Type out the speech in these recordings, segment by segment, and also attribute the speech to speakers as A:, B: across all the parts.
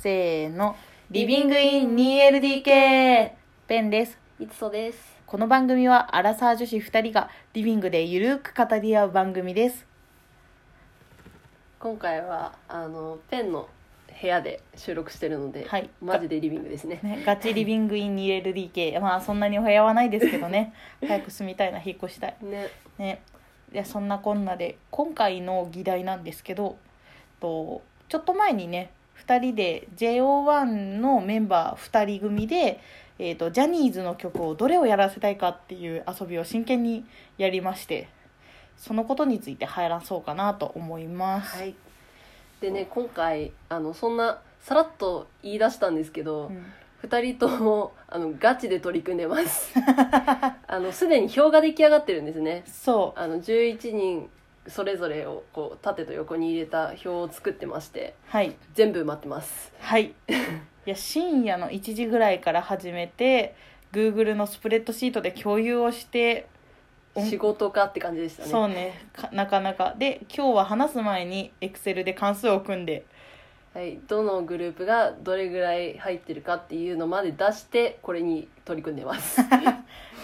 A: せーのリビングイン 2LDK ペンです
B: いつそです。
A: この番組はアラサー女子2人がリビングでゆるく語り合う番組です
B: 今回はあのペンの部屋で収録してるので、
A: はい
B: マジでリビングですね。
A: ね、ガチリビングイン 2LDK まあそんなにお部屋はないですけどね早く住みたいな引っ越したい
B: ね、
A: ねでそんなこんなで今回の議題なんですけどとちょっと前にね2人で JO1 のメンバー2人組で、えー、とジャニーズの曲をどれをやらせたいかっていう遊びを真剣にやりましてそのことについて入らそうかなと思います。
B: はい。でね、今回あのそんなさらっと言い出したんですけど
A: う、ん
B: 二、人ともあのガチで取り組んでます。 あのすでに表が出来上がってるんですね。
A: そう
B: あの11人それぞれをこう縦と横に入れた表を作ってまして、
A: はい
B: 全部埋まってます。
A: はいいや深夜の1時ぐらいから始めて Google のスプレッドシートで共有をしておん
B: 仕事かって感じでしたね。
A: そうねかなかなかで今日は話す前にエクセルで関数を組んで
B: はい、どのグループがどれぐらい入ってるかっていうのまで出してこれに取り組んでます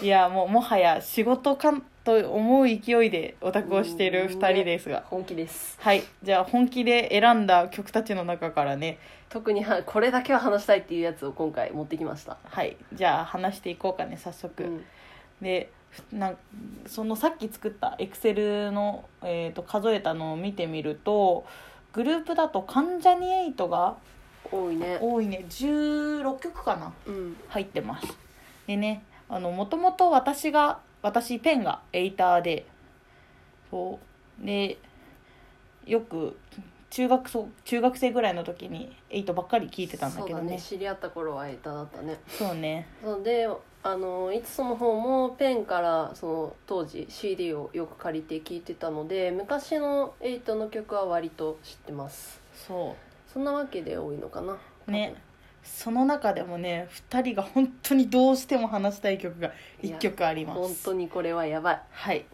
A: いやもうもはや仕事かと思う勢いでオタクをしている2人ですが、
B: 本気です
A: はいじゃあ本気で選んだ曲たちの中からね
B: 特に はこれだけは話したいっていうやつを今回持ってきました、
A: はいじゃあ話していこうかね早速、
B: うん
A: でふなんそのさっき作ったエクセルの、えー、と数えたのを見てみるとグループだと関ジャニトが
B: 多いね
A: 多いね16曲かな
B: うん
A: 入ってますでねあのもともと私が私ペンがエイターでそうでよく中学そ中学生ぐらいの時にエイトばっかり聞いてたんだけど
B: そうだ
A: ね
B: ね知り合った頃はエタだったね
A: そうね
B: そうであのいつその方もペンからその当時 CD をよく借りて聴いてたので昔のエイトの曲は割と知ってます
A: そ
B: そんなわけで多いのかな
A: うねその中でもね2人が本当にどうしても話したい曲が1曲ありま
B: 本
A: す
B: 当にこれはやばい
A: はい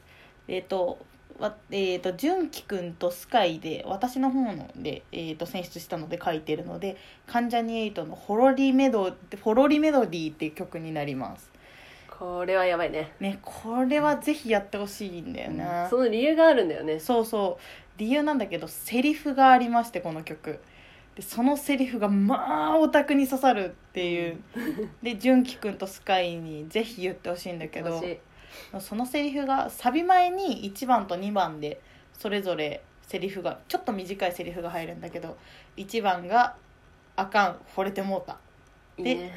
A: えっ、とわえー、と純喜くんとスカイで私の方ので、えー、と選出したので書いてるので関ジャニエイトのホロリメド「ホロリメロディー」っていう曲になります
B: これはやばいね
A: ねこれはぜひやってほしいんだよな、
B: その理由があるんだよね
A: そうそう理由なんだけどセリフがありましてこの曲でそのセリフがまあオタクに刺さるっていう、で純喜くんとスカイにぜひ言ってほしいんだけど
B: 楽しい
A: そのセリフがサビ前に1番と2番でそれぞれセリフがちょっと短いセリフが入るんだけど1番が「あかん惚れてもうた
B: いい
A: で
B: ね」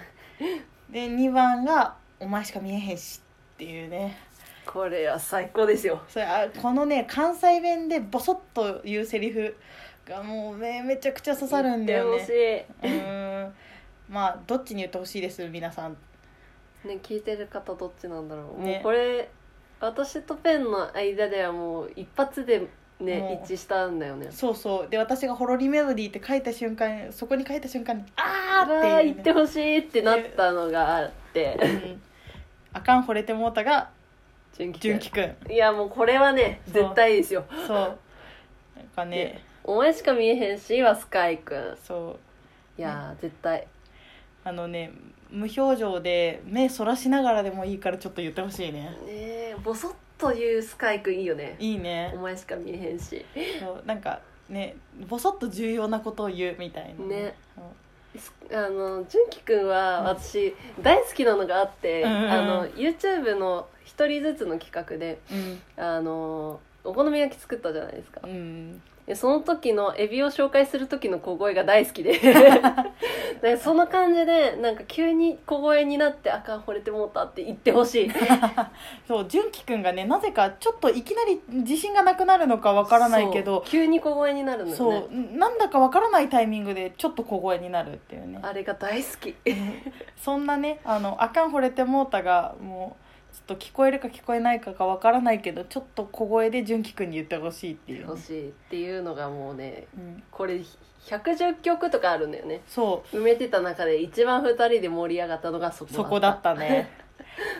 A: で2番が「お前しか見えへんし」っていうね
B: これは最高ですよ
A: それあこのね関西弁でボソッと言うセリフがもうねめちゃくちゃ刺さるんだよ
B: 言っ
A: ね
B: て
A: うーんまあどっちに言ってほしいです皆さん
B: ほしいね聞いてる方どっちなんだろう、
A: ね
B: もうこれ私とペンの間ではもう一発で
A: も
B: ね
A: う
B: 一致したんだよね
A: そうそうで私が「ホロリメロディー」って書いた瞬間そこに書いた瞬間に「あー!」っ
B: あー
A: ていうね、
B: 言ってほしいってなったのがあって
A: うんあかん惚れてもうたが
B: 純喜
A: 純喜
B: 君
A: くん
B: いやもうこれはね
A: そう
B: 絶対ですよ
A: そうなんかね
B: ねお前しか見えへんしはスカイくん
A: そう
B: いやー絶対
A: あのね無表情で目そらしながらでもいいからちょっと言ってほしいね
B: ねえボソッと言うスカイくんいいよね
A: いい
B: お
A: ね
B: 前しか見えへんし
A: そうなんかねボソッと重要なことを言うみたいな
B: ね
A: そう
B: あの純喜くんは
A: うん
B: 私大好きなのがあって、
A: うんうんうん
B: あの YouTube の一人ずつの企画で
A: うん
B: あのお好み焼き作ったじゃないですか
A: うん
B: でその時のエビを紹介する時の小声が大 好きででその感じでなんか急に小声になって「あかん惚れてもうた」って言ってほしいわ
A: そう純喜くんがねなぜかちょっといきなり自信がなくなるのかわからないけど
B: 急に小声になるの
A: そう,、
B: よね
A: なんだかわからないタイミングでちょっと小声になるっていうね
B: あれが大好き
A: そんなねあの「あかん惚れてもうた」がもうちょっと聞こえるか聞こえないかがわからないけどちょっと小声で純喜くんに言ってほしいっていうね、
B: 欲しいっていうのがもうね
A: うん、
B: これ110曲とかあるんだよね
A: そ
B: 埋めてた中で一番二人で盛り上がったのがそこ
A: うそこだった ね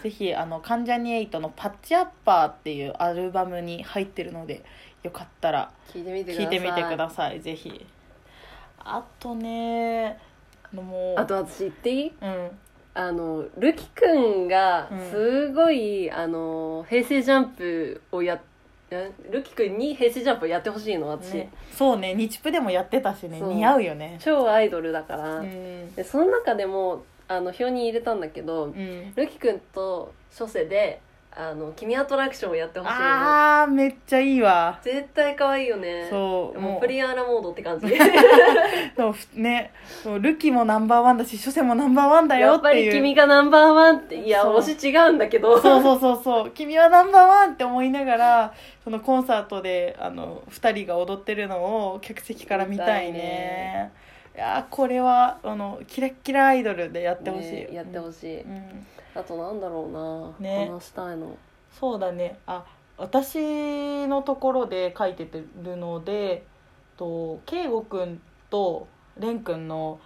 A: ぜひあの関ジャニエイトの「パッチアッパー」っていうアルバムに入ってるのでよかったら
B: 聞いてみてく
A: 聞い
B: ださい
A: てみてくださいぜひあとねのも
B: あと私言っていい
A: うん
B: あのるきくんが
A: うん
B: すごい、あの平成ジャンプをやえるきくんに平成ジャンプをやってほしいの私、
A: ね、そうね日プでもやってたしね
B: そう
A: 似合うよね
B: 超アイドルだから、
A: うん
B: でその中でもあの表に入れたんだけど、
A: うん
B: るきくんと初世であの君アトラクションをやってほしいの
A: あーめっちゃいいわ
B: 絶対可愛いよね
A: そう
B: も
A: も
B: う
A: う
B: プリンアラモードって 感じ
A: そうふねそうルキもナンバーワンだし初世もナンバーワンだよ
B: やっ
A: って
B: ぱ
A: いう
B: り君がナンバーワンっていや
A: そう
B: 推し違うんだけど
A: そうそうそうそう君はナンバーワンって思いながらそのコンサートであの2人が踊ってるのを客席から見たいね
B: 見たいね
A: いやーこれはあのキラッキラアイドルでやってほしい、
B: ねやってほ
A: し
B: しい、
A: うん、
B: あとなんだろうな、
A: ね
B: 話したいの
A: そうだねあ私のところで書いてるのでと圭吾くんと蓮くんの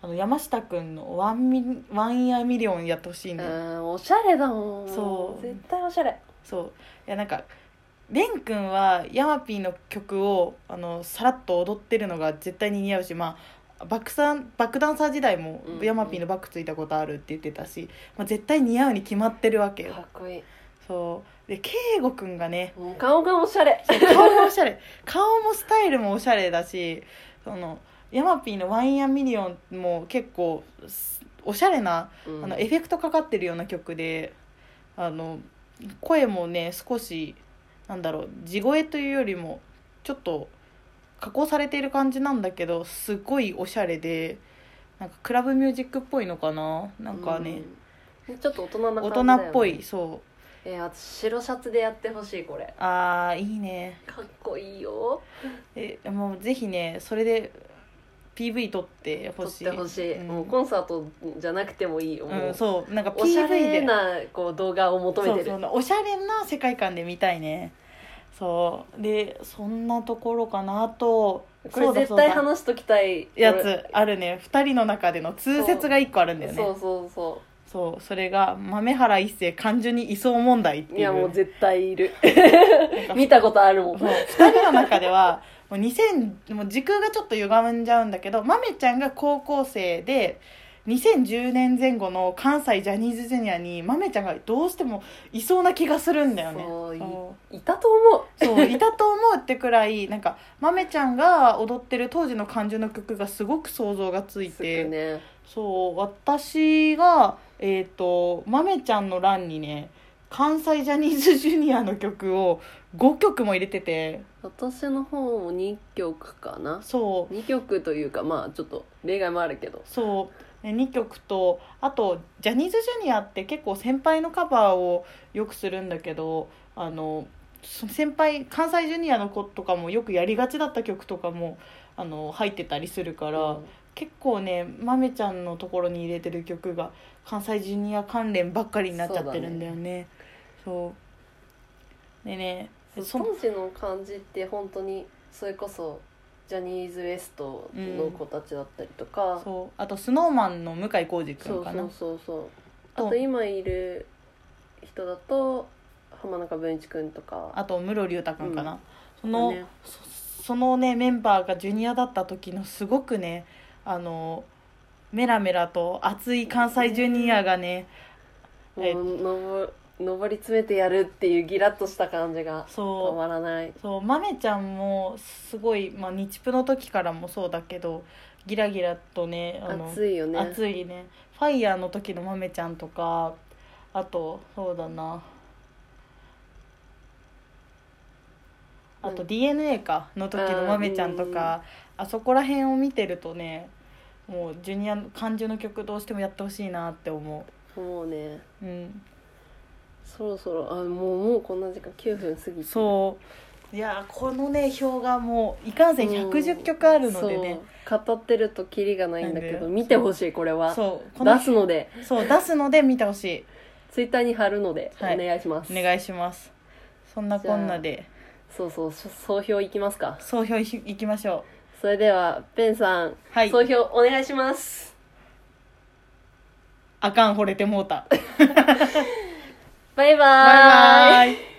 A: あの山下くんのワンミ「ワンイヤーミリオン」やってほしい
B: うん
A: ね、
B: おしゃれだもん
A: そう
B: 絶対おしゃれ
A: そういやなんか蓮くんはヤマピーの曲をあのさらっと踊ってるのが絶対に似合うしまあバックさんバックダンサー時代も
B: うんうん
A: ヤマピーのバックついたことあるって言ってたし、まあ、絶対似合うに決まってるわけよ
B: かっこいい
A: そうで圭吾くんがね
B: もう顔がおしゃれ
A: 顔もおしゃれ顔もスタイルもおしゃれだしそのヤマピーの「ワインアミリオン」も結構すおしゃれなあのエフェクトかかってるような曲であの声もね少しなんだろう地声というよりもちょっと加工されている感じなんだけどすごいおしゃれでなんかクラブミュージックっぽいのかななんかね、、
B: うんちょっと大人な
A: 大
B: 感じだ
A: 人
B: よね
A: っぽいそう
B: えー、あと白シャツでやってほしいこれ
A: あーいいね
B: かっこいいよ
A: えもうぜひねそれで PV 撮ってほ
B: 撮っ
A: しい
B: てほしい、
A: うん
B: もうコンサートじゃなくてもいいよ、も
A: うん、そうなんか PV で
B: おしゃれなこう動画を求めてる
A: そうそうおしゃれな世界観で見たいねそうでそんなところかなあと
B: こ
A: そ
B: れ
A: うだ
B: 絶対
A: そうだ
B: 話しときたい
A: やつあるね2人の中での通説が1個あるんだよねそ
B: そううそうそ
A: それが豆原一世感情に位相問題って
B: う
A: いう
B: いやもう絶対いる
A: なんか
B: 見たことあるもん
A: もう2人の中ではもう2000もう時空がちょっと歪んじゃうんだけど豆ちゃんが高校生で2010年前後の関西ジャニーズジュニアに豆ちゃんがどうしてもいそうな気がするんだよね
B: そうい
A: そう
B: いたと思
A: そういたと思うってくらいなんか豆ちゃんが踊ってる当時の感じの曲がすごく想像がつ
B: う
A: いて、
B: つくね
A: そう私がえっ、と豆ちゃんの欄にね関西ジャニーズジュニアの曲を5曲も入れてて
B: 私の方も2曲かな
A: そう
B: 2曲というかまあちょっと例外もあるけど
A: そう、ね、2曲とあとジャニーズジュニアって結構先輩のカバーをよくするんだけどあのそ先輩関西ジュニアの子とかもよくやりがちだった曲とかもあの入ってたりするから、
B: うん
A: 結構ねまめちゃんのところに入れてる曲が関西ジュニア関連ばっかりになっちゃってるんだよね。そうでねそ
B: 当時の感じって本当にそれこそジャニーズ WEST の子たちだったりとか、そう
A: そうあとスノーマンの向井浩二く
B: そ
A: ん
B: う
A: か
B: そ
A: な
B: うそうあ
A: と
B: と今いる人だと浜中文一君とか
A: あと室龍太くんかな、
B: う
A: その、
B: ね
A: そそのねメンバーがジュニアだった時のすごくねあのメラメラと熱い関西ジュニアがね
B: も
A: え
B: うのぼ上り詰めてやるっていうギラッとした感じがた
A: そう
B: まらない
A: そう豆ちゃんもすごい、まあ、日プの時からもそうだけどギラギラとねあの
B: 熱いよね
A: 熱いねファイヤーの時の豆ちゃんとかあとそうだなあと
B: うん
A: DNA かの時の豆ちゃんとかあそこら辺を見てるとねもうジュニアの感じの曲どうしてもやってほしいなって思
B: もうね
A: う、うん、
B: そろそろあもうもうこんな時間9分過ぎて
A: そういやーこのね表がもういかんせん110曲あるのでね、
B: そう語ってるとキリがないんだけ
A: なんで
B: ど見てほしいこれは
A: そうこの
B: 出すので
A: そう出すので見てほし
B: ツイッターに貼るのでお
A: はい
B: 願いします、
A: いお願いしますそんなこんなで
B: そうそうそ総評いきますか
A: 総評いきいきましょ
B: それではペンさん、
A: はい
B: 総評お願いします
A: うあかん惚れてもうた
B: バイバーイ
A: バイバイ